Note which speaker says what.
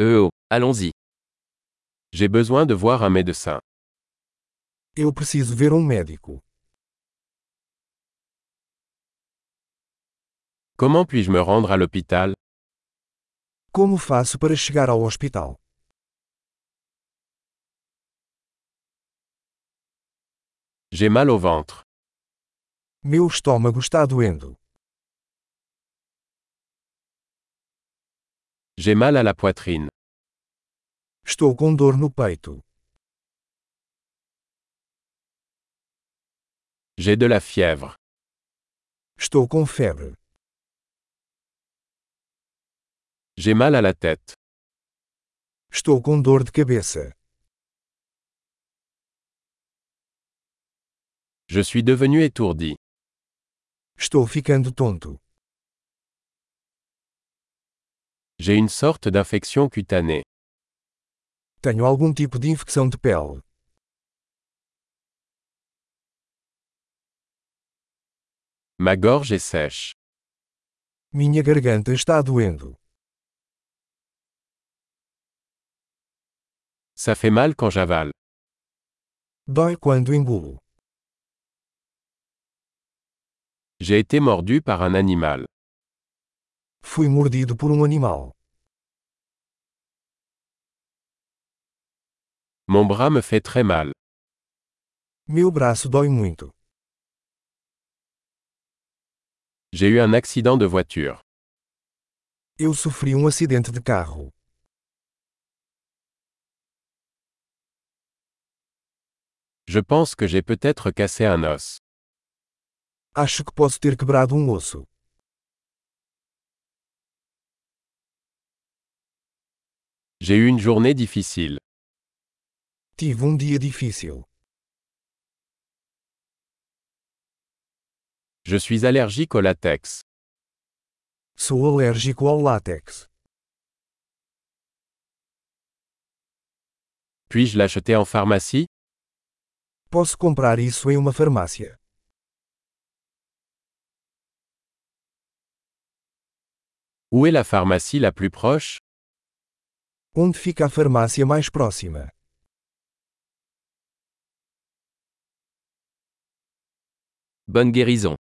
Speaker 1: Euh oh, allons-y.
Speaker 2: J'ai besoin de voir un médecin.
Speaker 3: Eu preciso ver um médico.
Speaker 2: Comment puis-je me rendre à l'hôpital
Speaker 3: Como faço para chegar ao hospital?
Speaker 2: J'ai mal au ventre.
Speaker 3: Meu estômago está doendo.
Speaker 2: J'ai mal à la poitrine.
Speaker 3: Estou com dor no peito.
Speaker 2: J'ai de la fièvre.
Speaker 3: Estou com febre.
Speaker 2: J'ai mal à la tête.
Speaker 3: Estou com dor de cabeça.
Speaker 2: Je suis devenu étourdi.
Speaker 3: Estou ficando tonto.
Speaker 2: J'ai une sorte d'infection cutanée.
Speaker 3: Tenho algum tipo de infecção de pele.
Speaker 2: Ma gorge est sèche.
Speaker 3: Minha garganta está doendo.
Speaker 2: Ça fait mal quand j'avale.
Speaker 3: Dói quando engulo.
Speaker 2: J'ai été mordu par un animal.
Speaker 3: Fui mordido por um animal.
Speaker 2: Mon bras me fait très mal.
Speaker 3: Meu braço dói muito.
Speaker 2: J'ai eu un accident de voiture.
Speaker 3: Eu sofri um acidente de carro.
Speaker 2: Je pense que j'ai peut-être cassé un os.
Speaker 3: Acho que posso ter quebrado um osso.
Speaker 2: J'ai eu une journée difficile.
Speaker 3: Tive um dia difícil.
Speaker 2: Je suis allergique au latex.
Speaker 3: Sou alérgico ao látex.
Speaker 2: Puis-je l'acheter en pharmacie
Speaker 3: Posso comprar isso em uma farmácia.
Speaker 2: Où est la pharmacie la plus proche
Speaker 3: Onde fica a farmácia mais próxima?
Speaker 1: Bonne guérison.